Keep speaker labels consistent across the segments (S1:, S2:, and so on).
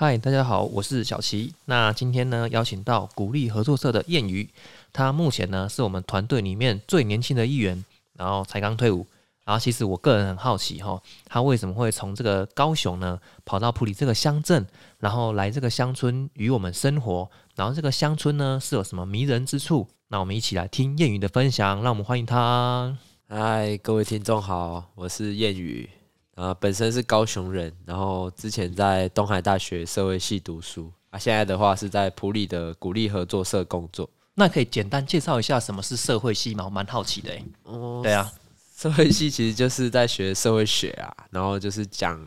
S1: 嗨，大家好，我是小齐。那今天呢，邀请到鼓励合作社的谚语，他目前呢是我们团队里面最年轻的一员，然后才刚退伍。然后其实我个人很好奇哈、他为什么会从这个高雄呢跑到普里这个乡镇，然后来这个乡村与我们生活，然后这个乡村呢是有什么迷人之处？那我们一起来听谚语的分享，让我们欢迎他。
S2: 嗨，各位听众好，我是谚语，啊、本身是高雄人，然后之前在东海大学社会系读书，啊，现在的话是在普里的鼓励合作社工作。
S1: 那可以简单介绍一下什么是社会系吗？我蛮好奇的、欸。
S2: 哦，
S1: 对啊，
S2: 社会系其实就是在学社会学啊，然后就是讲，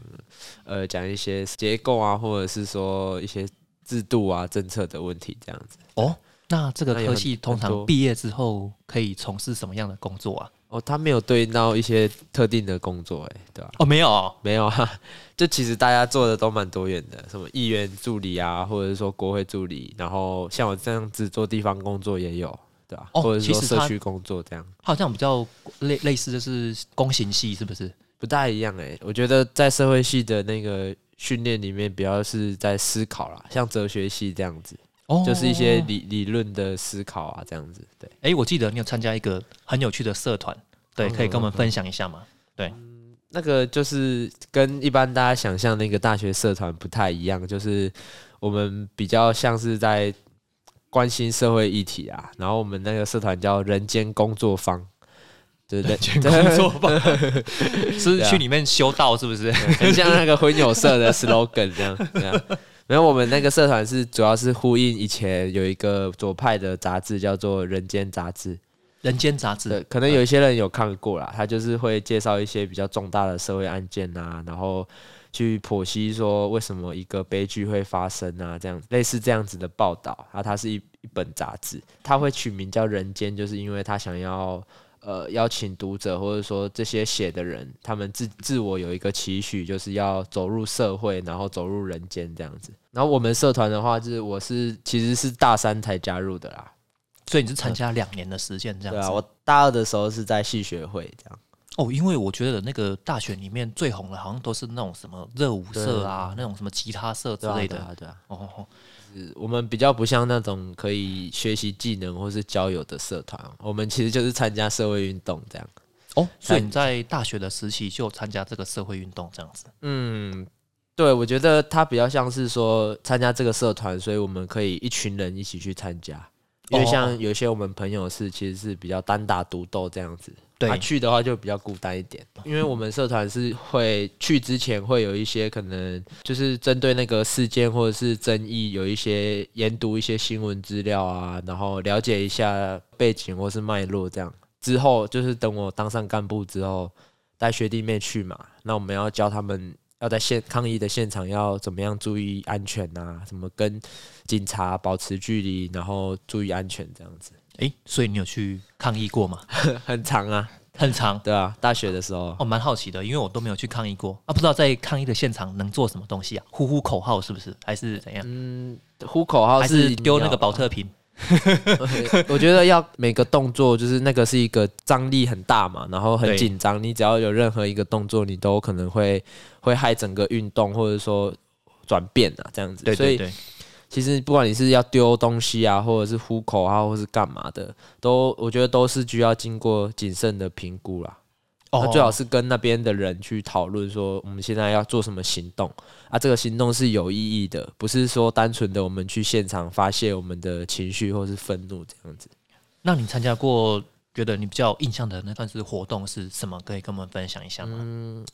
S2: 呃，讲一些结构啊，或者是说一些制度啊、政策的问题这样子。
S1: 哦，那这个
S2: 那有
S1: 科
S2: 很
S1: 系通
S2: 很
S1: 常
S2: 多
S1: 毕业之后可以从事什么样的工作啊？
S2: 哦，他没有对应到一些特定的工作、哎，对吧、
S1: 哦，没有哦，
S2: 没有啊， 就其实大家做的都蛮多元的，什么议员助理啊，或者是说国会助理，然后像我这样子做地方工作也有，对吧、
S1: 哦
S2: 或者是说
S1: 其实他
S2: 社区工作这样，
S1: 好像比较类类似就是工行系是不是？
S2: 不大一样哎、我觉得在社会系的那个训练里面，比较是在思考啦，像哲学系这样子，
S1: 哦
S2: 就是一些理理论的思考啊，这样子。对，
S1: 哎、我记得你有参加一个很有趣的社团，对，
S2: 嗯
S1: 可以跟我们分享一下 吗？
S2: 那个就是跟一般大家想象那个大学社团不太一样，就是我们比较像是在关心社会议题啊，然后我们那个社团叫人间工作坊，对对
S1: 全工作吧，
S2: 啊
S1: 是去里面修道是不是？
S2: 很像那个婚友社的 slogan 这样。这样，然后我们那个社团是主要是呼应以前有一个左派的杂志叫做《人间》杂志，
S1: 人间杂
S2: 对
S1: 志，
S2: 可能有一些人有看过啦，他就是会介绍一些比较重大的社会案件啊，然后去剖析说为什么一个悲剧会发生啊，这样类似这样子的报道。啊，它是一一本杂志，它会取名叫《人间》，就是因为他想要呃邀请读者或者说这些写的人，他们自自我有一个期许，就是要走入社会，然后走入人间这样子。然后我们社团的话，就是我是其实是大三才加入的啦，
S1: 所以你是参加两年的时间这样
S2: 对
S1: 子。
S2: 啊，我大二的时候是在系学会这样。
S1: 哦，因为我觉得那个大学里面最红的，好像都是那种什么热舞社啊，那种什么吉他社之
S2: 对啊
S1: 类的。
S2: 对啊，对啊，
S1: 哦哦，哦
S2: 是我们比较不像那种可以学习技能或是交友的社团，我们其实就是参加社会运动这样。
S1: 哦，所以你在大学的时期就参加这个社会运动这样子。
S2: 嗯，对，我觉得它比较像是说参加这个社团，所以我们可以一群人一起去参加。因为
S1: 哦
S2: 像有一些我们朋友是其实是比较单打独斗这样子，
S1: 对
S2: 啊、去的话就比较孤单一点。因为我们社团是会去之前会有一些可能就是针对那个事件或者是争议有一些研读一些新闻资料啊，然后了解一下背景或是脉络这样。之后就是等我当上干部之后，带学弟妹去嘛，那我们要教他们要在现抗议的现场要怎么样注意安全啊，怎么跟警察保持距离，然后注意安全这样子，
S1: 诶，所以你有去抗议过吗？
S2: 很长啊，
S1: 很长。
S2: 对啊，大学的时候，
S1: 哦，蛮好奇的，因为我都没有去抗议过啊，不知道在抗议的现场能做什么东西啊？呼呼口号是不是？还是怎样？
S2: 嗯，呼口号
S1: 还是
S2: 是
S1: 丢那个
S2: 保
S1: 保特瓶？
S2: 我觉得要每个动作就是那个是一个张力很大嘛，然后很
S1: 对
S2: 紧张，你只要有任何一个动作，你都可能会会害整个运动或者说转变啊这样子，
S1: 对
S2: 所以
S1: 对对，
S2: 其实不管你是要丢东西啊，或者是呼口号，或是干嘛的，都我觉得都是需要经过谨慎的评估啦。
S1: 哦
S2: 那最好是跟那边的人去讨论说，我们现在要做什么行动啊？这个行动是有意义的，不是说单纯的我们去现场发泄我们的情绪或是愤怒这样子。
S1: 那你参加过觉得你比较有印象的那段是活动是什么？可以跟我们分享一下
S2: 嗯
S1: 吗？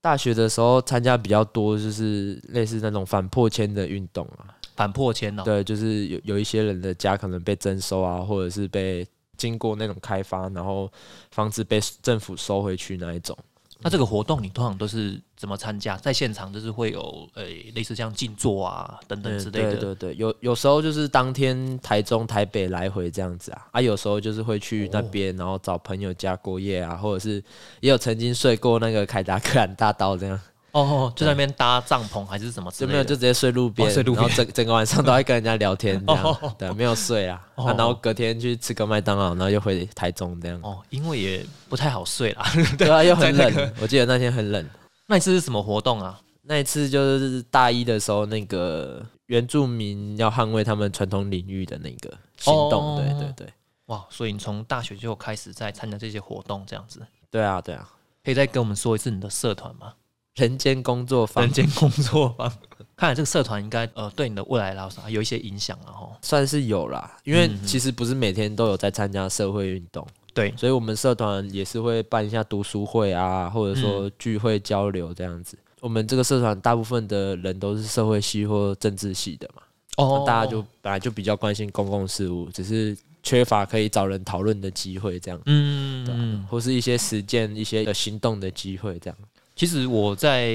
S2: 大学的时候参加比较多，就是类似那种反破迁的运动啊，
S1: 反破千哦，
S2: 对，就是有有一些人的家可能被征收啊，或者是被经过那种开发，然后房子被政府收回去那一种。
S1: 那这个活动你通常都是怎么参加？在现场就是会有呃类似像静坐啊等等之类
S2: 对
S1: 的。
S2: 对对，有有时候就是当天台中、台北来回这样子啊，啊，有时候就是会去
S1: 哦
S2: 那边，然后找朋友家过夜啊，或者是也有曾经睡过那个凯达格兰大道这样。
S1: 哦，就在那边搭帐篷还是什么之
S2: 就
S1: 类
S2: 没
S1: 的？
S2: 有就直接睡路边，
S1: 哦睡路边
S2: 然后整整个晚上都在跟人家聊天，这样 对，没有睡啊
S1: 哦
S2: 啊然后隔天去吃个麦当劳，然后又回台中这样，
S1: 哦，因为也不太好睡啦。
S2: 对啊，又很
S1: 在那个
S2: 冷，我记得那天很冷。
S1: 那一次是什么活动啊？
S2: 那一次就是大一的时候，那个原住民要捍卫他们传统领域的那个行动，
S1: 哦
S2: 对对对，
S1: 哇，所以你从大学就开始在参加这些活动，这样子，
S2: 对啊对啊，
S1: 可以再跟我们说一次你的社团吗？
S2: 人间工作坊
S1: 人间工作坊， 看来这个社团应该呃对你的未来来说有一些影响了啊哈。
S2: 算是有啦，因为
S1: 嗯嗯
S2: 其实不是每天都有在参加社会运动，
S1: 对，
S2: 所以我们社团也是会办一下读书会啊，或者
S1: 嗯
S2: 说聚会交流这样子。我们这个社团大部分的人都是社会系或政治系的嘛，
S1: 哦
S2: 那大家就本来就比较关心公共事务，只是缺乏可以找人讨论的机会这样。
S1: 嗯
S2: 对啊
S1: 嗯，
S2: 或是一些实践、一些行动的机会，这样。
S1: 其实我在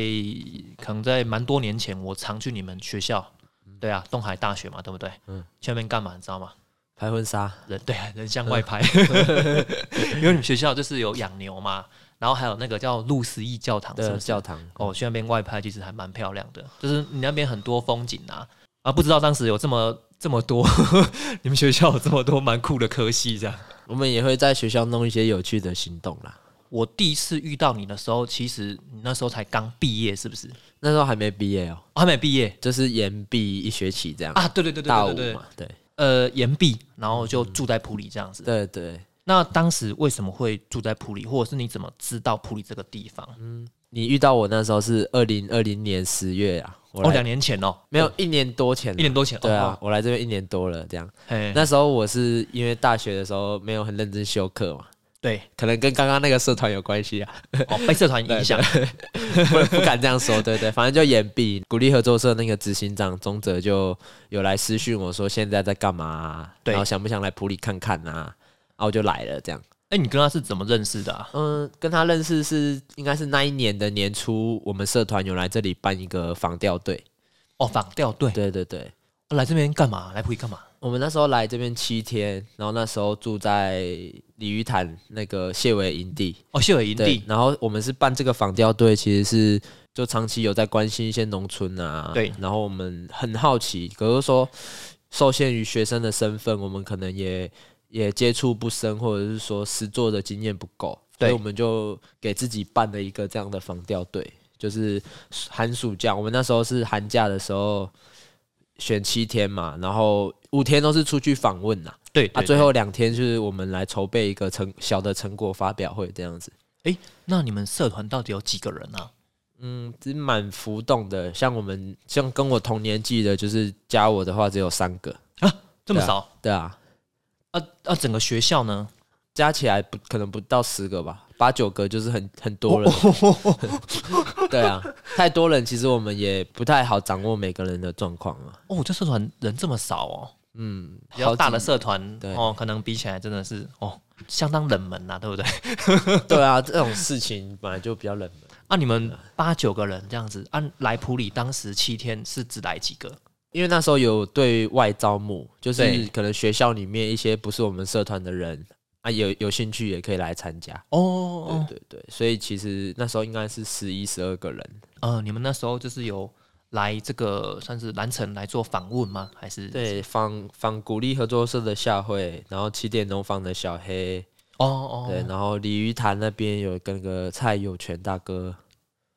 S1: 可能在蛮多年前，我常去你们学校，对啊，东海大学嘛，对不对？嗯
S2: 嗯，
S1: 去那边干嘛？你知道吗？
S2: 拍婚纱，
S1: 人 对啊，人向外拍， 因为你们学校就是有养牛嘛，然后还有那个叫路思义教堂，是
S2: 对，
S1: 不是
S2: 教？堂。
S1: 哦，去那边外拍其实还蛮漂亮的，就是你那边很多风景啊啊，不知道当时有这么这么多， 你们学校有这么多蛮酷的科系这样。
S2: 我们也会在学校弄一些有趣的行动啦。
S1: 我第一次遇到你的时候，其实你那时候才刚毕业，是不是？
S2: 那时候还没毕业哦、
S1: 哦还没毕业
S2: 就是延毕一学期这样。
S1: 啊？对对对对
S2: 大
S1: 对
S2: 五
S1: 对对，
S2: 嘛，对
S1: 呃，岩壁，然后就住在普里这样子。
S2: 对对。
S1: 那当时为什么会住在普里，或者是你怎么知道普里这个地方？
S2: 你遇到我那时候是二零二零年十月啊，我
S1: 哦，
S2: 来、
S1: 两年前哦，
S2: 没有一年多前
S1: 一
S2: 了。
S1: 年多前。
S2: 对啊
S1: 哦，，
S2: 我来这边一年多了，这样。
S1: 哎，
S2: 那时候我是因为大学的时候没有很认真修课嘛，
S1: 对，
S2: 可能跟刚刚那个社团有关系啊。
S1: 哦，被社团影响。
S2: 不不敢这样说，对对，反正就言毕。鼓励合作社那个执行长宗泽就有来私讯我说现在在干嘛啊、
S1: 对
S2: 然后想不想来普里看看啊？然后我就来了，这样。
S1: 哎，你跟他是怎么认识的啊？
S2: 嗯，跟他认识是应该是那一年的年初，我们社团有来这里办一个防调队。
S1: 哦，访调队
S2: 对对对，
S1: 啊来这边干嘛？来普里干嘛？
S2: 我们那时候来这边七天，然后那时候住在鲤鱼潭那个谢维营地。
S1: 哦，秀野营
S2: 对
S1: 地，。
S2: 然后我们是办这个仿雕队，其实是就长期有在关心一些农村啊，
S1: 对
S2: 然后我们很好奇，可是说受限于学生的身份，我们可能也也接触不深，或者是说实做的经验不够，
S1: 对
S2: 所以我们就给自己办了一个这样的仿雕队，就是寒暑假，我们那时候是寒假的时候选七天嘛，然后五天都是出去访问呐、
S1: 对
S2: 啊，
S1: 对。
S2: 最后两天就是我们来筹备一个成小的成果发表会这样子。
S1: 对，哎，那你们社团到底有几个人啊？
S2: 嗯，其实蛮浮动的。像我们像跟我同年纪的，就是加我的话只有三个，
S1: 这么
S2: 对啊
S1: 少？
S2: 对啊，
S1: 啊啊，整个学校呢？
S2: 加起来不可能不到十个吧，八九个就是很很多人。对啊，太多人其实我们也不太好掌握每个人的状况啊。
S1: 哦，这社团人这么少哦。
S2: 嗯，
S1: 比较大的
S2: 好
S1: 社团
S2: 对
S1: 哦，可能比起来真的是哦，相当冷门啊呐、对不对？
S2: 几对啊，这种事情本来就比较冷门。
S1: 啊，你们八九个人这样子，按、来普里当时七天是只来几个？
S2: 因为那时候有对外招募，就是
S1: 对
S2: 可能学校里面一些不是我们社团的人啊，有有兴趣也可以来参加。
S1: 哦，
S2: 对对对，所以其实那时候应该是十一、十二个人。
S1: 呃，你们那时候就是有来这个算是蓝城来做访问吗？还是
S2: 对，访访鼓励合作社的夏慧，然后起点东方的小黑，
S1: 哦哦
S2: 对，然后鲤鱼潭那边有跟个蔡有权大哥，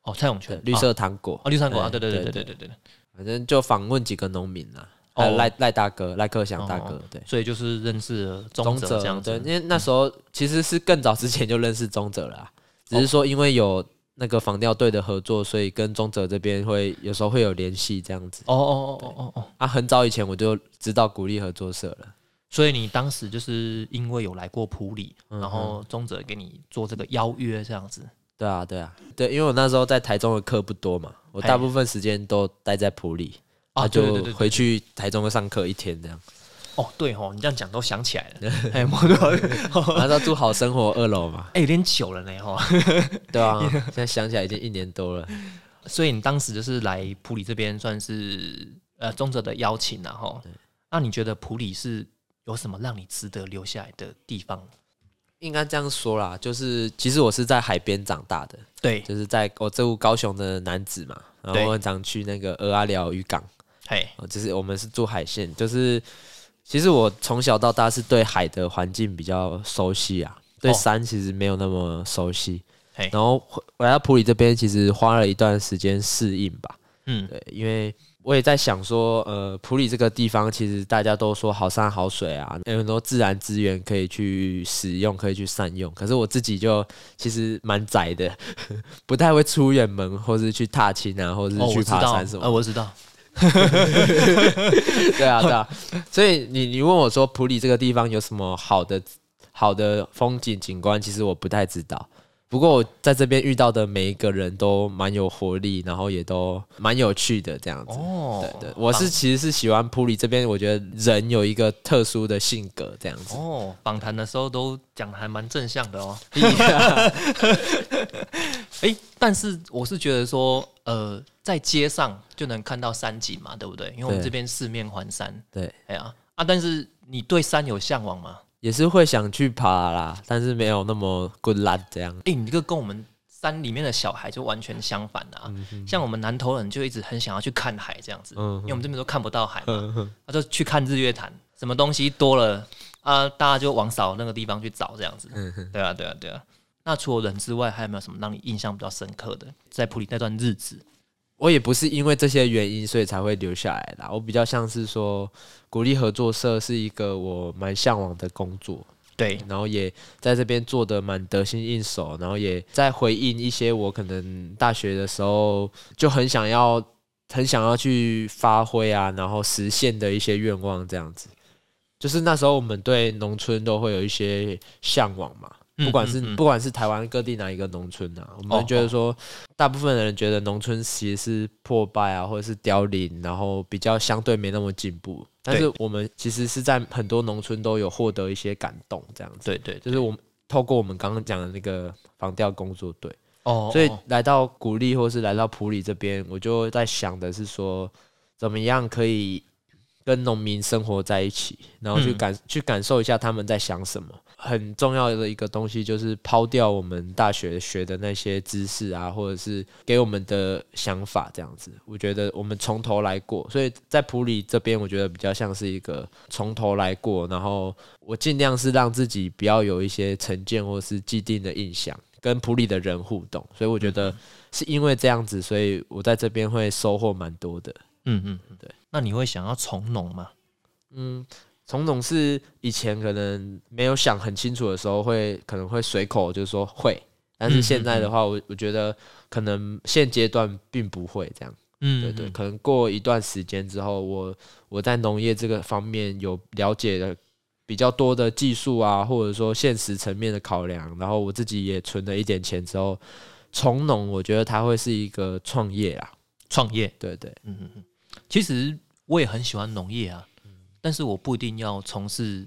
S1: 哦蔡永
S2: 对
S1: 泉，
S2: 绿
S1: 哦
S2: 色糖果，
S1: 哦绿山果啊，对
S2: 对
S1: 对对对
S2: 对
S1: 对对对，对
S2: 反正就访问几个农民啊，还
S1: 哦
S2: 有赖赖大哥、赖克祥大
S1: 哦
S2: 哥，对，
S1: 所以就是认识了宗
S2: 宗
S1: 泽
S2: 泽
S1: 这样
S2: 对，
S1: 子
S2: 因，为那时候其实是更早之前就认识宗泽了啊，只是说因为有那个防调队的合作，所以跟宗泽这边会有时候会有联系这样子。
S1: 哦哦哦哦哦哦，
S2: 啊，很早以前我就知道鼓励合作社了。
S1: 所以你当时就是因为有来过普里，
S2: 嗯
S1: 然后宗泽给你做这个邀约这样子，
S2: 对啊，对啊，对，因为我那时候在台中的课不多嘛，我
S1: 嘿
S2: 大部分时间都待在普里，
S1: 啊
S2: 啊，
S1: 哎对对对
S2: 就
S1: 对
S2: 回去台中上课一天这样。
S1: 哦，对哦，你这样讲都想起来 了。哎，摩托，哦
S2: 啊那时候住好生活二楼嘛，
S1: 哎，有点久了呢哈。
S2: 对啊， 现在想起来已经一年多了。
S1: 所以你当时就是来普里这边，算是呃中者的邀请然后，那你觉得普里是有什么让你值得留下来的地方？
S2: 应该这样说啦，就是其实我是在海边长大的，
S1: 对，
S2: 就是在我这务高雄的男子嘛，然
S1: 对
S2: 后我很常去那个鹅阿寮渔港，
S1: 嘿，
S2: 哦就是我们是住海线，就是其实我从小到大是对海的环境比较熟悉啊，对
S1: 哦
S2: 山其实没有那么熟悉。
S1: 嘿
S2: 然后回来到普里这边，其实花了一段时间适应吧。
S1: 嗯，
S2: 对，因为我也在想说，呃，普里这个地方其实大家都说好山好水啊，有很多自然资源可以去使用，可以去善用。可是我自己就其实蛮宅的， 不太会出远门，或是去踏青啊，或是
S1: 哦，我
S2: 去
S1: 知
S2: 爬
S1: 道，
S2: 山什么的。
S1: 呃，我知道，
S2: 对啊，对啊。所以你你问我说普里这个地方有什么好的好的风景景观，其实我不太知道。不过我在这边遇到的每一个人都蛮有活力，然后也都蛮有趣的这样子。
S1: 哦，
S2: 对对，我是其实是喜欢普里这边，我觉得人有一个特殊的性格这样子。
S1: 哦，访谈的时候都讲得还蛮正向的哦。哎、但是我是觉得说，呃，在街上就能看到山景嘛，对不对？因为我们
S2: 对
S1: 这边四面环山。
S2: 对，
S1: 哎呀啊，但是你对山有向往吗？
S2: 也是会想去爬啦，但是没有那么 good luck 这样。
S1: 哎、你这个跟我们山里面的小孩就完全相反啊。像我们南投人就一直很想要去看海这样子，
S2: 嗯哼
S1: 因为我们这边都看不到海嘛，他、就去看日月潭，什么东西多了啊，大家就往少那个地方去找这样子。对啊，对啊，对啊。那除了人之外，还有没有什么让你印象比较深刻的？在普里那段日子，
S2: 我也不是因为这些原因所以才会留下来啦，我比较像是说，鼓励合作社是一个我蛮向往的工作，
S1: 对，
S2: 然后也在这边做的蛮得心应手，然后也在回应一些我可能大学的时候就很想要、很想要去发挥啊，然后实现的一些愿望这样子。就是那时候我们对农村都会有一些向往嘛，
S1: 嗯
S2: 不管是
S1: 嗯嗯
S2: 不管是台湾各地哪一个农村啊，我
S1: 哦
S2: 们觉得说，大部分的人觉得农村其实是破败啊，或者是凋零，然后比较相对没那么进步。但是我们其实是在很多农村都有获得一些感动，这样子，
S1: 对对
S2: 就是我们透过我们刚刚讲的那个防调工作队，
S1: 哦
S2: 所以来到古力或是来到普里这边，我就在想的是说，怎么样可以跟农民生活在一起，然后去
S1: 嗯
S2: 感、去感受一下他们在想什么。很重要的一个东西就是抛掉我们大学学的那些知识啊，或者是给我们的想法这样子。我觉得我们从头来过，所以在普里这边，我觉得比较像是一个从头来过，然后我尽量是让自己不要有一些成见或是既定的印象，跟普里的人互动。所以我觉得是因为这样子，所以我在这边会收获蛮多的。
S1: 嗯嗯嗯，对。那你会想要从农吗？
S2: 嗯，从农是以前可能没有想很清楚的时候会，可能会随口就说会，但
S1: 嗯
S2: 是现在的话，我我觉得可能现阶段并不会这样。
S1: 嗯
S2: 对对，可能过一段时间之后，我我在农业这个方面有了解了比较多的技术啊，或者说现实层面的考量，然后我自己也存了一点钱之后，从农我觉得它会是一个创业啦，
S1: 创业。
S2: 对对，
S1: 嗯嗯嗯，其实我也很喜欢农业啊，但是我不一定要从事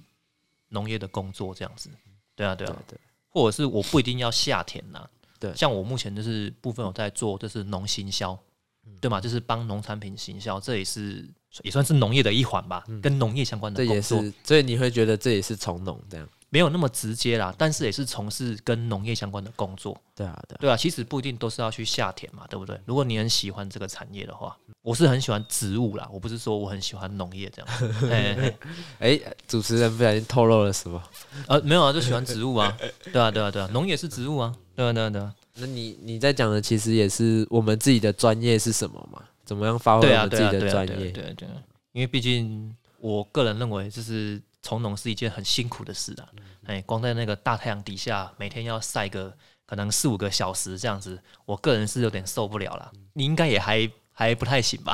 S1: 农业的工作这样子。对啊，对啊，
S2: 对对
S1: 或者是我不一定要下田呐、
S2: 对
S1: 像我目前就是部分有在做，就是农行销，
S2: 嗯
S1: 对嘛，就是帮农产品行销，这也是也算是农业的一环吧，跟农业相关
S2: 嗯这
S1: 的
S2: 也
S1: 工作
S2: 是，所以你会觉得这也是从农这样，
S1: 没有那么直接啦，但是也是从事跟农业相关的工作。
S2: 对啊对啊，
S1: 对啊，其实不一定都是要去下田嘛，对不对？如果你很喜欢这个产业的话，我是很喜欢植物啦，我不是说我很喜欢农业这样子。嘿嘿嘿
S2: 哎、主持人不小心透露了什么？
S1: 呃，没有啊，就喜欢植物啊。对啊，对啊，对啊，农也是植物啊。对啊，对啊，对啊，
S2: 那你你在讲的其实也是我们自己的专业是什么嘛？怎么样发挥
S1: 对
S2: 我
S1: 啊，
S2: 哦们自
S1: 对啊，对
S2: 己的
S1: 啊，
S2: 专
S1: 对啊
S2: 业？
S1: 对啊，对啊。因为毕竟我个人认为，就是从农是一件很辛苦的事啊。哎，光在那个大太阳底下，每天要晒个可能四五个小时这样子，我个人是有点受不了啦。你应该也还还不太行吧？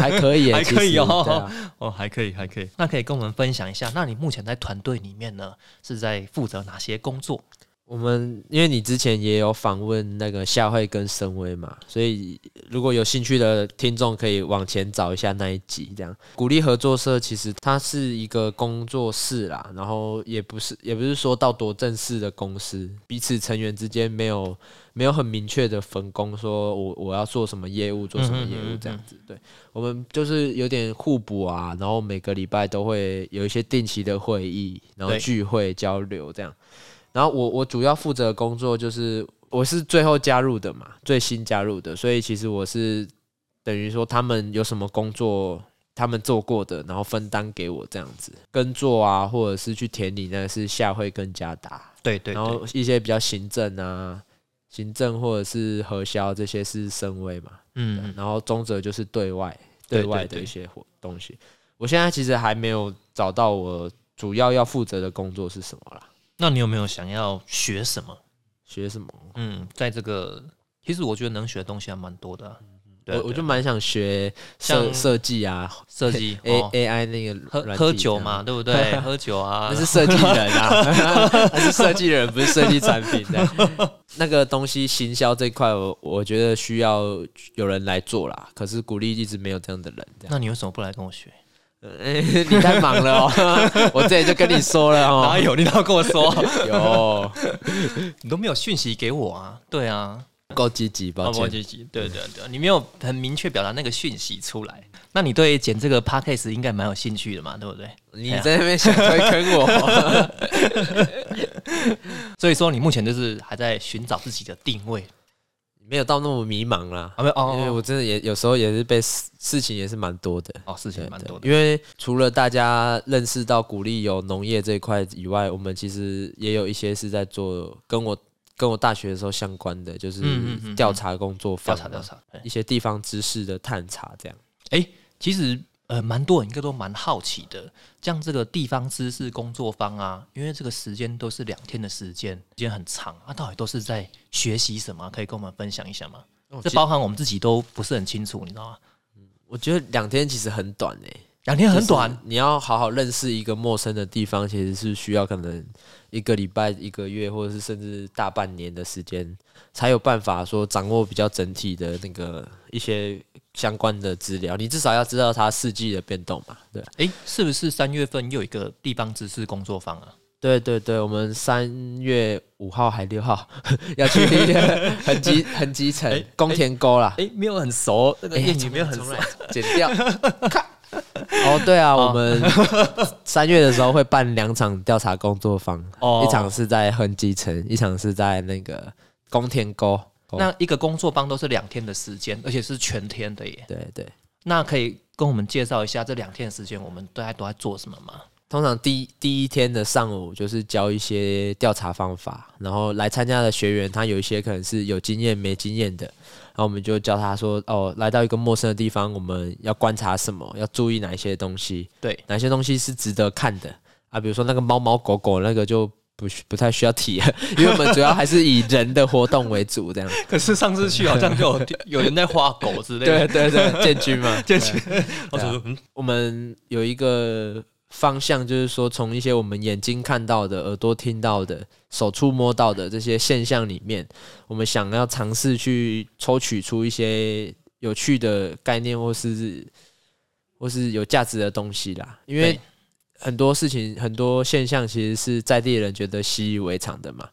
S2: 还可以耶，
S1: 还可以
S2: 其实
S1: 哦
S2: 对啊
S1: 哦，还可以，还可以。那可以跟我们分享一下，那你目前在团队里面呢，是在负责哪些工作？
S2: 我们因为你之前也有访问那个夏慧跟申威嘛，所以如果有兴趣的听众可以往前找一下那一集。这样鼓励合作社其实它是一个工作室啦，然后也不是也不是说到多正式的公司，彼此成员之间没有没有很明确的分工，说我我要做什么业务做什么业
S1: 嗯嗯嗯
S2: 务
S1: 嗯
S2: 这样子。对我们就是有点互补啊，然后每个礼拜都会有一些定期的会议，然后
S1: 对
S2: 聚会交流这样。然后我我主要负责的工作就是我是最后加入的嘛，最新加入的，所以其实我是等于说他们有什么工作他们做过的，然后分担给我这样子耕作啊，或者是去田里那个是夏惠跟加达，
S1: 对对
S2: 然
S1: 对，
S2: 后一些比较行政啊。行政或者是核销这些是身位嘛，
S1: 嗯，
S2: 然后中者就是对外
S1: 对
S2: 对外
S1: 对
S2: 的
S1: 对
S2: 一些活东西。我现在其实还没有找到我主要要负责的工作是什么啦，
S1: 那你有没有想要学什么？
S2: 学什么？
S1: 嗯，在这个，其实我觉得能学的东西还蛮多的啊、对啊，
S2: 我我
S1: 对啊
S2: 就蛮想学设
S1: 像
S2: 设计啊
S1: 设计
S2: ，A
S1: 哦
S2: A I 那个
S1: 喝
S2: 软体
S1: 喝酒
S2: 这样
S1: 嘛，，对不对？ 喝酒啊
S2: 那，是设计人啊，那是设计人，不是设计产品的。那个东西行销这块，我我觉得需要有人来做啦。可是鼓励一直没有这样的人，这样。
S1: 那你为什么不来跟我学？
S2: 欸你太忙了哦， 我之前就跟你说了 哦。
S1: 有？你要跟我说，
S2: 有
S1: 你都没有讯息给我啊？对啊，
S2: 够积极，抱
S1: 不
S2: 歉。
S1: 积极，对对对，你没有很明确表达那个讯息出来。那你对剪这个 podcast 应该蛮有兴趣的嘛，对不对？
S2: 你在那边想推坑我，
S1: 所以说你目前就是还在寻找自己的定位
S2: 没有到那么迷茫啦。
S1: 啊？没有
S2: 因为
S1: 哦
S2: 我真的也有时候也是被事事情也是蛮多的，
S1: 哦，事情蛮多的，
S2: 因为除了大家认识到鼓励有农业这一块以外，我们其实也有一些是在做跟我跟我大学的时候相关的，就
S1: 嗯嗯嗯
S2: 是
S1: 嗯
S2: 调查工作坊
S1: 调
S2: 啊、
S1: 查调查。对
S2: 一些地方知识的探查这样。
S1: 其实呃，蛮多人应该都蛮好奇的，像这个地方知识工作坊啊，因为这个时间都是两天的时间，时间很长，啊，到底都是在学习什么啊？可以跟我们分享一下吗？这包含我们自己都不是很清楚，你知道吗？
S2: 我觉得两天其实很短欸诶、
S1: 两天很
S2: 就
S1: 短
S2: 是，你要好好认识一个陌生的地方，其实是需要可能一个礼拜、一个月，或者是甚至大半年的时间，才有办法说掌握比较整体的那个一些相关的资料。你至少要知道它四季的变动嘛，对吧
S1: 诶，哎是不是三月份又有一个地方知识工作坊啊？
S2: 对对对，我们三月五号还六号要去那个恒基恒基城宫田沟啦，
S1: 诶，哎没有很熟，那个
S2: 哎呀
S1: 谚语没有很熟
S2: 重。来剪掉。咔哦，对啊，我们三月的时候会办两场调查工作坊，
S1: 哦
S2: 一场是在恒基城，一场是在那个宫田沟。
S1: 那一个工作坊都是两天的时间，而且是全天的耶。
S2: 对对，
S1: 那可以跟我们介绍一下这两天的时间，我们大家都在做什么吗？
S2: 通常第一第一天的上午就是教一些调查方法，然后来参加的学员他有一些可能是有经验没经验的，然后我们就教他说哦，来到一个陌生的地方，我们要观察什么，要注意哪一些东西，
S1: 对，
S2: 哪些东西是值得看的啊？比如说那个猫猫狗狗那个就不需不太需要提了，因为我们主要还是以人的活动为主，这样。
S1: 可是上次去好像就有 有人在画狗之类
S2: 对，对对，建军嘛，
S1: 进去，我
S2: 对啊
S1: 说嗯
S2: 我们有一个方向，就是说从一些我们眼睛看到的、耳朵听到的、手触摸到的这些现象里面，我们想要尝试去抽取出一些有趣的概念，或是或是有价值的东西啦。因为
S1: 对
S2: 很多事情、很多现象其实是在地人觉得习以为常的嘛，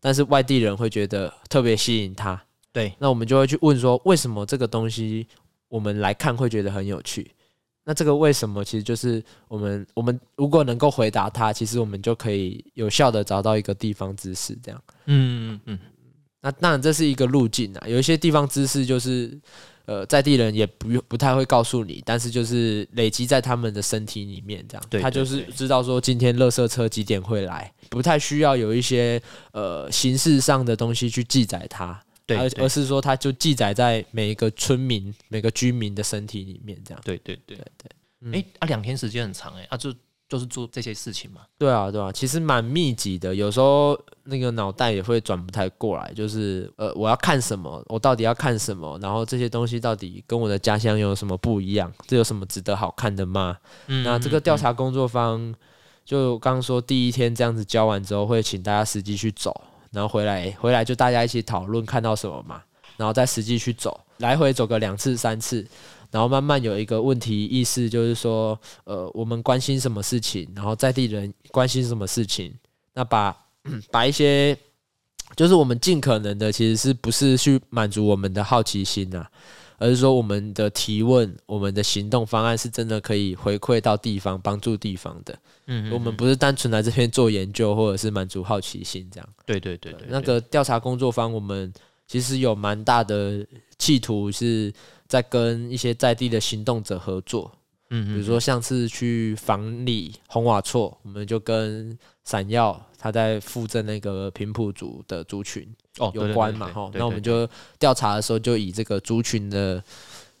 S2: 但是外地人会觉得特别吸引他。
S1: 对，
S2: 那我们就会去问说，为什么这个东西我们来看会觉得很有趣？那这个为什么，其实就是我们我们如果能够回答它，其实我们就可以有效的找到一个地方知识。这样，
S1: 嗯嗯
S2: 那当然这是一个路径啊。有一些地方知识就是，呃，在地人也不不太会告诉你，但是就是累积在他们的身体里面，这样，
S1: 对
S2: 他
S1: 对
S2: 就是
S1: 对
S2: 知道说今天垃圾车几点会来，不太需要有一些呃形式上的东西去记载它。
S1: 对
S2: 而
S1: 对
S2: 而是说它就记载在每一个村民、每个居民的身体里面，这样。
S1: 对对对
S2: 嗯
S1: 对，哎啊，两天时间很长哎，啊就就是做这些事情嘛，
S2: 对啊，对啊，其实蛮密集的，有时候那个脑袋也会转不太过来，就是呃，我要看什么，我到底要看什么，然后这些东西到底跟我的家乡有什么不一样，这有什么值得好看的吗？
S1: 嗯
S2: 那这个调查工作方，就刚刚说第一天这样子教完之后，会请大家实际去走，然后回来回来就大家一起讨论看到什么嘛，然后再实际去走，来回走个两次三次，然后慢慢有一个问题意识，就是说，呃，我们关心什么事情，然后在地人关心什么事情，那把 把一些。 就是我们尽可能的，其实是不是去满足我们的好奇心啊，而是说我们的提问、我们的行动方案是真的可以回馈到地方、帮助地方的。
S1: 嗯
S2: 我们不是单纯来这边做研究，或者是满足好奇心这样。
S1: 嗯对对对对，
S2: 那个调查工作坊，我们其实有蛮大的企图是在跟一些在地的行动者合作，
S1: 嗯
S2: 比
S1: 嗯，
S2: 如说上次去房里红瓦措，我们就跟闪耀他在附赠那个平埔族的族群
S1: 哦
S2: 有关嘛，哈
S1: 哈，，
S2: 那我们就调查的时候就以这个族群的。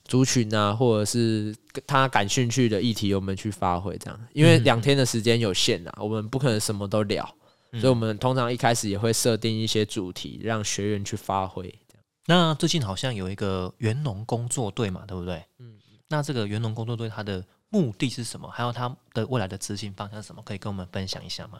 S2: 族群啊，或者是他感兴趣的议题，我们去发挥这样，因为
S1: 嗯
S2: 两天的时间有限啊，我们不可能什么都聊，
S1: 嗯
S2: 所以我们通常一开始也会设定一些主题，让学员去发挥。
S1: 那最近好像有一个园农工作队嘛，对不对？嗯，那这个园农工作队它的目的是什么？还有它的未来的执行方向是什么？可以跟我们分享一下吗？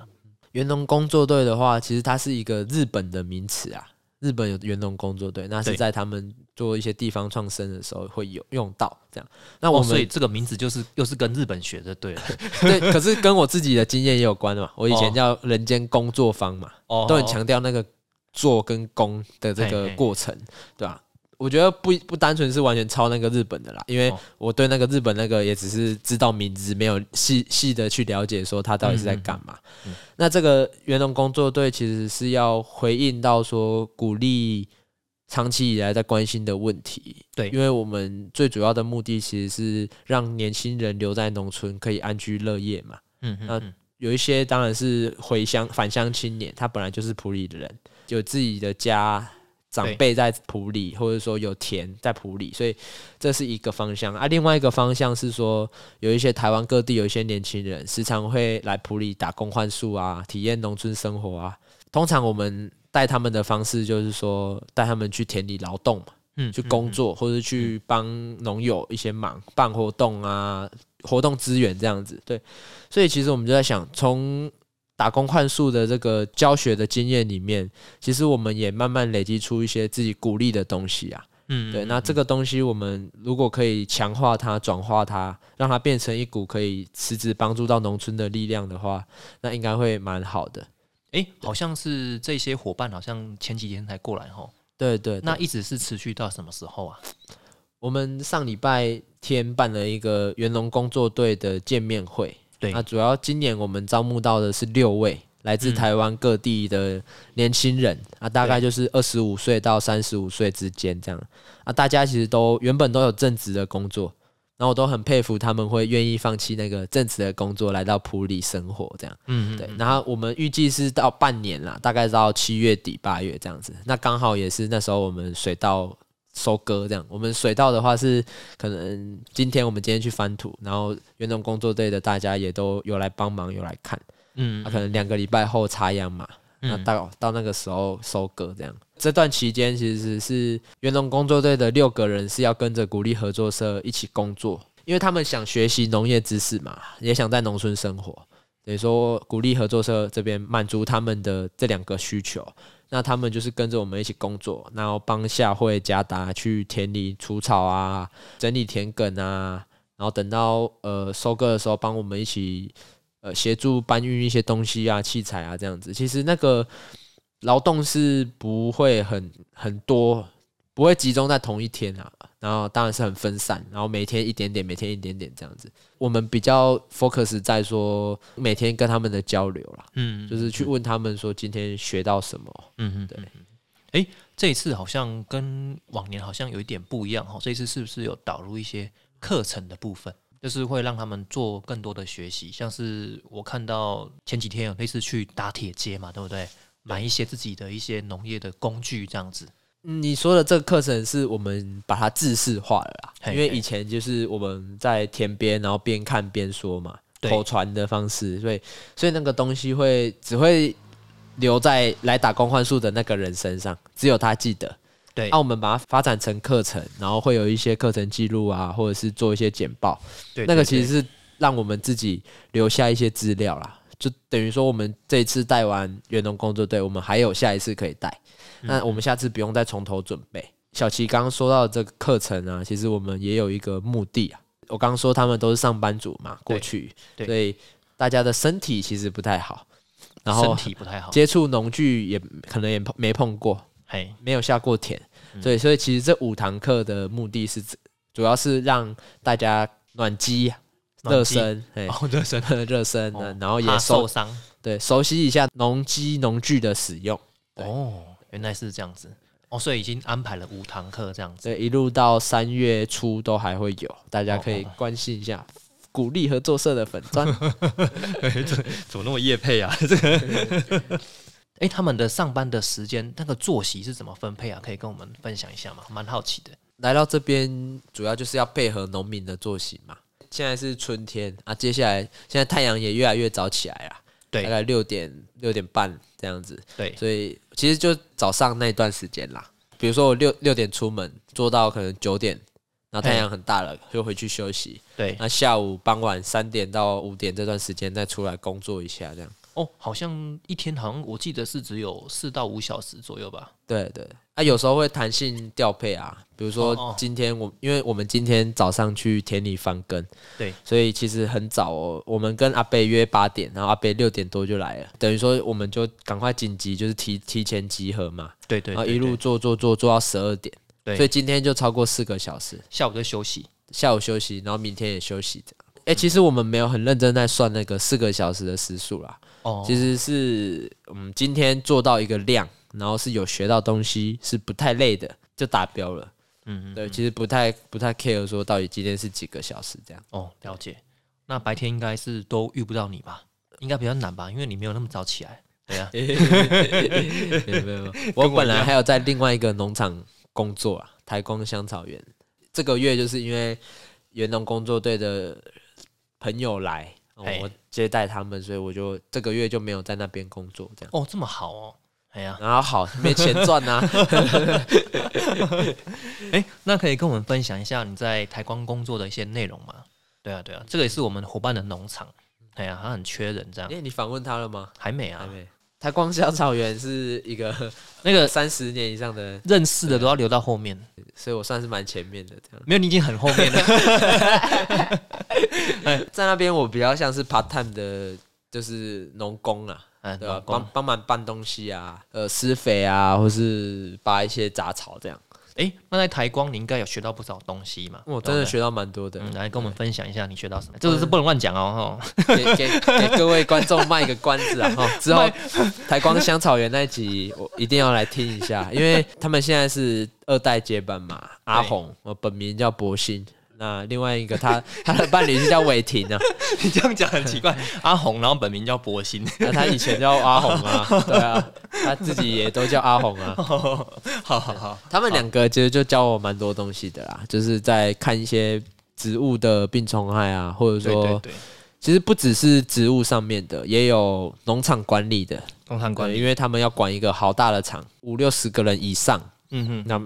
S2: 园农工作队的话，其实它是一个日本的名词啊，日本有园农工作队，那是
S1: 对
S2: 在他们做一些地方创生的时候会有用到这样。那
S1: 那
S2: 我
S1: 哦所以
S2: 们、
S1: 这个名字就是又是跟日本学的，对了。
S2: 对，可是跟我自己的经验也有关的嘛。我以前
S1: 哦
S2: 叫人间工作坊嘛，
S1: 哦
S2: 都很强调那个做跟工的这个
S1: 嘿嘿
S2: 过程，对吧、我觉得不不单纯是完全抄那个日本的啦，因为
S1: 哦
S2: 我对那个日本那个也只是知道名字，没有细细的去了解说他到底是在干嘛。
S1: 嗯嗯嗯
S2: 那这个员农工作队其实是要回应到说鼓励长期以来在关心的问题，
S1: 对
S2: 因为我们最主要的目的其实是让年轻人留在农村可以安居乐业嘛。
S1: 嗯嗯
S2: 那
S1: 嗯
S2: 有一些当然是回乡返乡青年，他本来就是埔里的人，有自己的家长辈在埔里，或者说有田在埔里，所以这是一个方向啊。另外一个方向是说，有一些台湾各地有一些年轻人时常会来埔里打工换宿啊，体验农村生活啊。通常我们带他们的方式就是说，带他们去田里劳动嘛。
S1: 嗯
S2: 去工作，或者去帮农友一些忙，办活动啊，活动资源这样子。对，所以其实我们就在想，从打工换宿的这个教学的经验里面，其实我们也慢慢累积出一些自己鼓励的东西啊。
S1: 嗯，嗯
S2: 对，
S1: 嗯
S2: 那这个东西我们如果可以强化它、转化它，让它变成一股可以实质帮助到农村的力量的话，那应该会蛮好的。
S1: 诶，好像是这些伙伴好像前几天才过来吼，
S2: 对对
S1: 那一直是持续到什么时候啊？
S2: 我们上礼拜天办了一个元龙工作队的见面会，
S1: 对
S2: 那主要今年我们招募到的是六位来自
S1: 嗯
S2: 台湾各地的年轻人、啊，大概就是二十五岁到三十五岁之间这样啊，大家其实都原本都有正职的工作，然后我都很佩服他们会愿意放弃那个正职的工作来到普里生活这样。
S1: 嗯，嗯
S2: 对，然后我们预计是到半年啦，大概到七月底八月这样子。那刚好也是那时候我们水稻收割这样。我们水稻的话是可能今天我们今天去翻土，然后园农工作队的大家也都有来帮忙，有来看。啊
S1: 嗯
S2: 那、可能两个礼拜后插秧嘛，那
S1: 嗯
S2: 到到那个时候收割这样。这段期间其实是园农工作队的六个人是要跟着鼓励合作社一起工作，因为他们想学习农业知识嘛，也想在农村生活，等于说鼓励合作社这边满足他们的这两个需求。那他们就是跟着我们一起工作，然后帮夏惠、加达去田里除草啊，整理田埂啊，然后等到呃收割的时候，帮我们一起呃协助搬运一些东西啊、器材啊这样子。其实那个劳动是不会很很多，不会集中在同一天啊。然后当然是很分散，然后每天一点点，每天一点点这样子。我们比较 focus 在说每天跟他们的交流啦，
S1: 嗯
S2: 就是去问他们说今天学到什么。
S1: 嗯嗯，对。哎、这一次好像跟往年好像有一点不一样哈，这一次是不是有导入一些课程的部分，就是会让他们做更多的学习？像是我看到前几天有类似去打铁街嘛，对不对？买一些自己的一些农业的工具这样子。
S2: 嗯你说的这个课程是我们把它制式化了啦，
S1: 嘿
S2: 因为
S1: 嘿
S2: 以前就是我们在田边，然后边看边说嘛，
S1: 对
S2: 口传的方式，所以所以那个东西会只会留在来打工换宿的那个人身上，只有他记得。
S1: 对，
S2: 那、我们把它发展成课程，然后会有一些课程记录啊，或者是做一些简报，
S1: 对
S2: 那个其实是让我们自己留下一些资料啦，就等于说我们这一次带完远农工作队，我们还有下一次可以带。
S1: 嗯
S2: 那我们下次不用再从头准备。小齐刚刚说到这个课程啊，其实我们也有一个目的啊。我刚刚说他们都是上班族嘛，
S1: 对
S2: 过去，
S1: 对
S2: 所以大家的身体其实不太好，然后
S1: 身体不太好，
S2: 接触农具也可能也碰没碰过，
S1: 嘿，
S2: 没有下过田，对，
S1: 嗯
S2: 所以其实这五堂课的目的是主要是让大家暖机、
S1: 暖
S2: 热
S1: 机
S2: 身，哎、
S1: 哦，热身，
S2: 热身，
S1: 哦
S2: 然后
S1: 怕
S2: 也
S1: 受
S2: 熟
S1: 伤。
S2: 对熟悉一下农机农具的使用。对
S1: 哦，原来是这样子。哦，所以已经安排了五堂课这样子。
S2: 对，一路到三月初都还会有，大家可以
S1: 哦
S2: 关心一下，鼓励合作社的粉 砖。
S1: 怎么那么夜配 啊？这个。 哎、他们的上班的时间那个作息是怎么分配啊？可以跟我们分享一下吗？蛮好奇的。
S2: 来到这边主要就是要配合农民的作息嘛。现在是春天啊，接下来现在太阳也越来越早起来了，啊
S1: 对
S2: 大概六点六点半这样子，
S1: 对，
S2: 所以其实就早上那段时间啦。比如说我六六点出门，做到可能九点，然后太阳很大了，就回去休息。
S1: 对，
S2: 那下午傍晚三点到五点这段时间再出来工作一下，这样。
S1: 哦，好像一天好像我记得是只有四到五小时左右吧。
S2: 对对，啊，有时候会弹性调配啊，比如
S1: 哦哦
S2: 说今天我，因为我们今天早上去田里翻耕，
S1: 对，
S2: 所以其实很早哦。我们跟阿贝约八点，然后阿贝六点多就来了，等于说我们就赶快紧急，就是提提前集合嘛，
S1: 对对
S2: 然后一路做做做做到十二点，
S1: 对
S2: 所以今天就超过四个小时，
S1: 下午就休息。
S2: 下午休息，然后明天也休息的。哎、其实我们没有很认真在算那个四个小时的时数啦，
S1: 哦，
S2: 其实是嗯，今天做到一个量，然后是有学到东西，是不太累的，就达标了。
S1: 嗯，嗯
S2: 对，其实不太不太 care 说到底今天是几个小时这样。
S1: 哦，了解。那白天应该是都遇不到你吧？应该比较难吧，因为你没有那么早起来。对啊，
S2: 没有没有，没有 我本来还有在另外一个农场工作啊，台光香草园。这个月就是因为园农工作队的朋友来，哦
S1: 嘿
S2: 我接待他们，所以我就这个月就没有在那边工作这样。
S1: 哦，这么好哦。哎呀、
S2: 然后好没钱赚啊 呐、
S1: 哎、那可以跟我们分享一下你在台光工作的一些内容吗？对啊，对啊，这个也是我们伙伴的农场。哎呀、他很缺人这样
S2: 哎、。你访问他了吗？
S1: 还没啊
S2: 还，没。台光香草园是一 个
S1: 那个
S2: 三十年以上的，
S1: 认识的都要留到后面，
S2: 所以我算是蛮前面的这样。
S1: 没有你已经很后面 了。
S2: 在那边我比较像是 part time 的，就是农工啊，
S1: 嗯，
S2: 对吧、
S1: 老公
S2: 帮帮忙搬东西啊，呃，施肥啊，或是拔一些杂草这样。
S1: 哎、那在台光你应该有学到不少东西嘛？
S2: 我真的
S1: 对不对。
S2: 学到蛮多的，
S1: 嗯，来跟我们分享一下你学到什么？这个是不能乱讲哦，哈。
S2: 给给 给各位观众卖个关子 啊！哈，之后台光香草园那一集我一定要来听一 下，因为他们现在是二代接班嘛，阿红，我本名叫博兴。那另外一个他 他的伴侣是叫伟霆啊，
S1: 你 这样讲很奇怪。阿红，然后本名叫博 鑫，
S2: 那他以前叫阿红啊，对啊，他自己也都叫阿红啊。
S1: 好好好，
S2: 他们两个其实就教我蛮多东西的啦，就是在看一些植物的病虫害啊，或者
S1: 对
S2: 说
S1: 对对，
S2: 其实不只是植物上面的，也有农场管理的，
S1: 农场管
S2: 对
S1: 理，
S2: 因为他们要管一个好大的厂，五六十个人以上，
S1: 嗯
S2: 那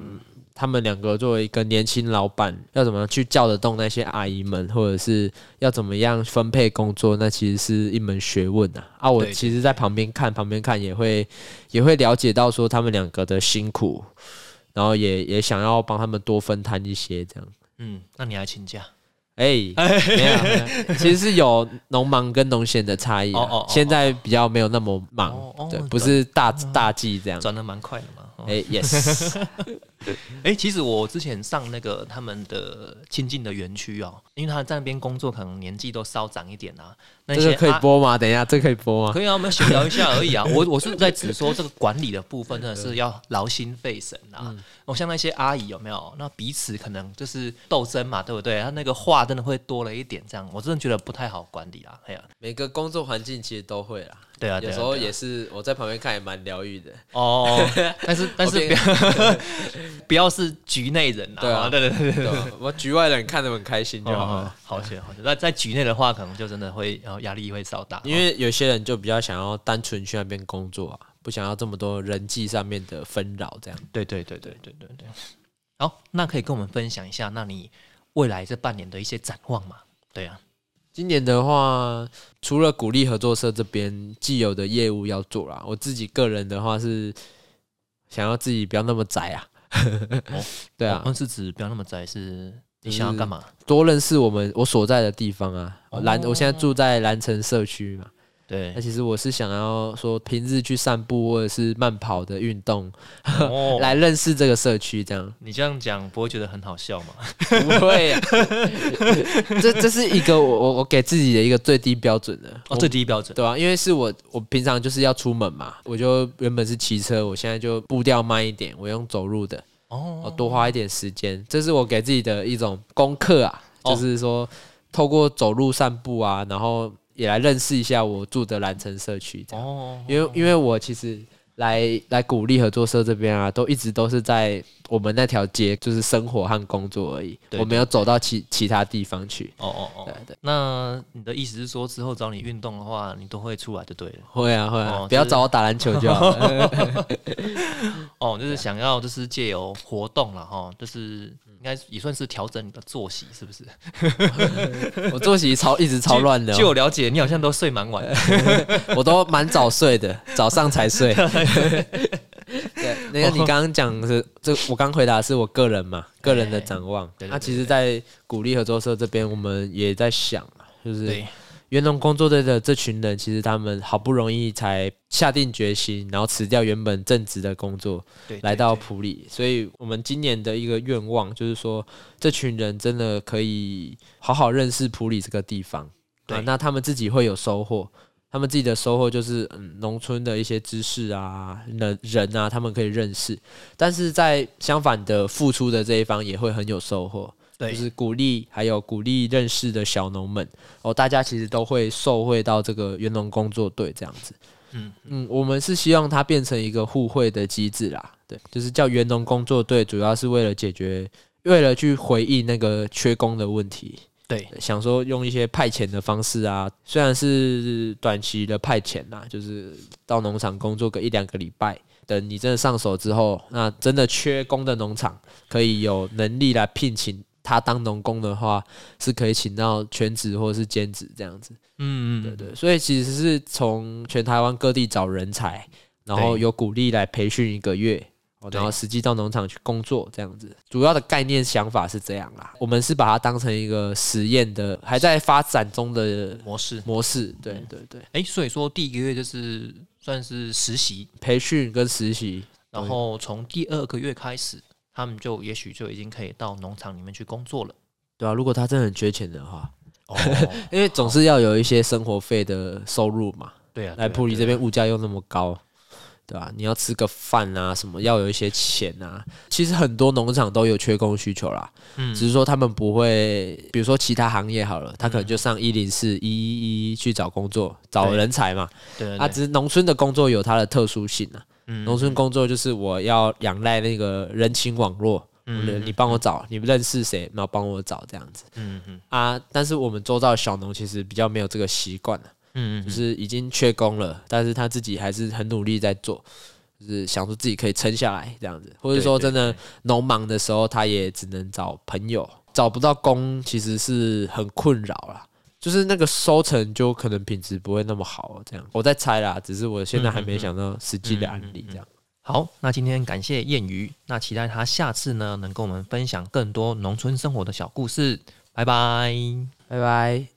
S2: 他们两个作为一个年轻老板，要怎么去叫得动那些阿姨们，或者是要怎么样分配工作，那其实是一门学问啊。啊，我
S1: 对对
S2: 其实在旁边看，旁边看也会也会了解到说他们两个的辛苦，然后也也想要帮他们多分摊一些这样。
S1: 嗯，那你来请假
S2: 哎、没有，没有，其实是有农忙跟农闲的差异、啊。
S1: 哦哦哦
S2: 现在比较没有那么忙，
S1: 哦哦
S2: 对，
S1: 转
S2: 不是大大忌这样。
S1: 转的蛮快的嘛。哦
S2: 哎、y e s
S1: 哎、其实我之前上那个他们的亲近的园区哦，因为他在那边工作，可能年纪都稍长一点啊。那
S2: 这
S1: 些
S2: 个可以
S1: 阿
S2: 播吗？等一下，这个可以播吗？
S1: 可以啊，我们闲聊一下而 已啊。我我是在指说这个管理的部分真的是要劳心费神
S2: 嗯
S1: 啊。我、像那些阿姨有没有？那彼此可能就是斗争嘛，对不对？她那个话真的会多了一点，这样我真的觉得不太好管理啊。哎呀、
S2: 每个工作环境其实都会啦，
S1: 对啊，对啊
S2: 有时候
S1: 对啊
S2: 也是我在旁边看也蛮疗愈的。
S1: 哦，但是但是
S2: 我
S1: 不要 不要是局内人啊。
S2: 对啊
S1: 对对对对。
S2: 对吧我局外人看得很开心就
S1: 哦
S2: 好了，
S1: 哦好些好些，那在局内的话，可能就真的会，然后压力会稍大，哦
S2: 因为有些人就比较想要单纯去那边工作啊，不想要这么多人际上面的纷扰这样。
S1: 对对对对对对对。好，那可以跟我们分享一下，那你未来这半年的一些展望嘛？对啊，
S2: 今年的话，除了鼓励合作社这边既有的业务要做啦，我自己个人的话是想要自己不要那么宅啊。
S1: 哦
S2: 对啊嗯
S1: 我，们是指不要那么窄，是你想要干嘛？
S2: 多认识我们我所在的地方啊。
S1: 哦
S2: 蓝，我现在住在蓝城社区嘛，
S1: 对
S2: 那，其实我是想要说，平日去散步或者是慢跑的运动，
S1: 哦
S2: 来认识这个社区，这样
S1: 你这样讲不会觉得很好笑吗？
S2: 不会、啊。 这这是一个我我我给自己的一个最低标准的。
S1: 哦，最低标准，
S2: 对啊，因为是我我平常就是要出门嘛，我就原本是骑车，我现在就步调慢一点，我用走路的，
S1: 哦
S2: 我多花一点时间，这是我给自己的一种功课啊，
S1: 哦
S2: 就是说透过走路散步啊，然后也来认识一下我住的蓝城社区这样，
S1: 哦，
S2: 因为因为我其实。来来鼓励合作社这边啊，都一直都是在我们那条街，就是生活和工作而已，
S1: 对
S2: 我没有走到其其他地方去。
S1: 哦哦哦
S2: 对，对，
S1: 那你的意思是说，之后找你运动的话，你都会出来就对了。
S2: 会啊会啊，
S1: 哦
S2: 不要
S1: 就是
S2: 找我打篮球就好了。
S1: 哦，
S2: 啊
S1: 就是想要就是借由活动了哈，就是应该也算是调整你的作息，是不是？
S2: 我作息超一直超乱的哦呃
S1: 据，我了解，你好像都睡蛮晚的。
S2: 我都蛮早 睡的，早上才睡。对，那个你刚刚讲的是这，我刚回答是我个人嘛，个人的展望。
S1: 对对对
S2: 那其实，在鼓励合作社这边，我们也在想啊，就是
S1: 对，
S2: 原农工作队的这群人，其实他们好不容易才下定决心，然后辞掉原本正职的工作，
S1: 对，
S2: 来到
S1: 对
S2: 普里，所以我们今年的一个愿望就是说，这群人真的可以好好认识普里这个地方。
S1: 对
S2: 啊，那他们自己会有收获，他们自己的收获就是，嗯，农村的一些知识啊、人人啊，他们可以认识。但是在相反的付出的这一方也会很有收获，
S1: 对，
S2: 就是鼓励，还有鼓励认识的小农们哦，大家其实都会受惠到这个园农工作队这样子。
S1: 嗯
S2: 嗯，我们是希望它变成一个互惠的机制啦，对，就是叫园农工作队，主要是为了解决，为了去回应那个缺工的问题，
S1: 对，
S2: 想说用一些派遣的方式啊，虽然是短期的派遣啦，就是到农场工作个一两个礼拜，等你真的上手之后，那真的缺工的农场可以有能力来聘请他当农工的话，是可以请到全职或是兼职这样子。
S1: 嗯嗯，
S2: 对对，所以其实是从全台湾各地找人才，然后
S1: 对
S2: 有鼓励来培训一个月。哦
S1: 对
S2: 然后实际到农场去工作，这样子，主要的概念想法是这样啦。我们是把它当成一个实验的，还在发展中的
S1: 模式。
S2: 模式。对对对，
S1: 哎，所以说第一个月就是算是实习，
S2: 培训跟实习，
S1: 然后从第二个月开始，他们就也许就已经可以到农场里面去工作了。
S2: 对啊，如果他真的很缺钱的话，
S1: 哦，
S2: 因为总是要有一些生活费的收入嘛。
S1: 对啊，
S2: 来普里
S1: 里
S2: 这边物价又那么高，对吧、你要吃个饭啊，什么要有一些钱啊。其实很多农场都有缺工需求啦，
S1: 嗯
S2: 只是说他们不会，比如说其他行业好了，他可能就上一零四、一一一去找工作，找
S1: 嗯对
S2: 人才嘛。
S1: 对
S2: 啊，
S1: 啊，
S2: 只是农村的工作有它的特殊性啊。
S1: 嗯
S2: 农村工作就是我要仰赖那个人情网络，
S1: 嗯
S2: 我你帮我找，你认识谁，然后帮我找这样子
S1: 嗯嗯
S2: 啊。但是我们周遭的小农其实比较没有这个习惯啊。
S1: 嗯
S2: 就
S1: 嗯，
S2: 是已经缺工了，但是他自己还是很努力在做，就是想说自己可以撑下来这样子，或者说
S1: 对
S2: 真的农忙的时候，他也只能找朋友，找不到工其实是很困扰啦。就是那个收成就可能品质不会那么好，这样我在猜啦，只是我现在还
S1: 嗯
S2: 没想到实际的案例这样。
S1: 好，那今天感谢燕鱼，那期待他下次呢能跟我们分享更多农村生活的小故事，拜拜。
S2: 拜拜。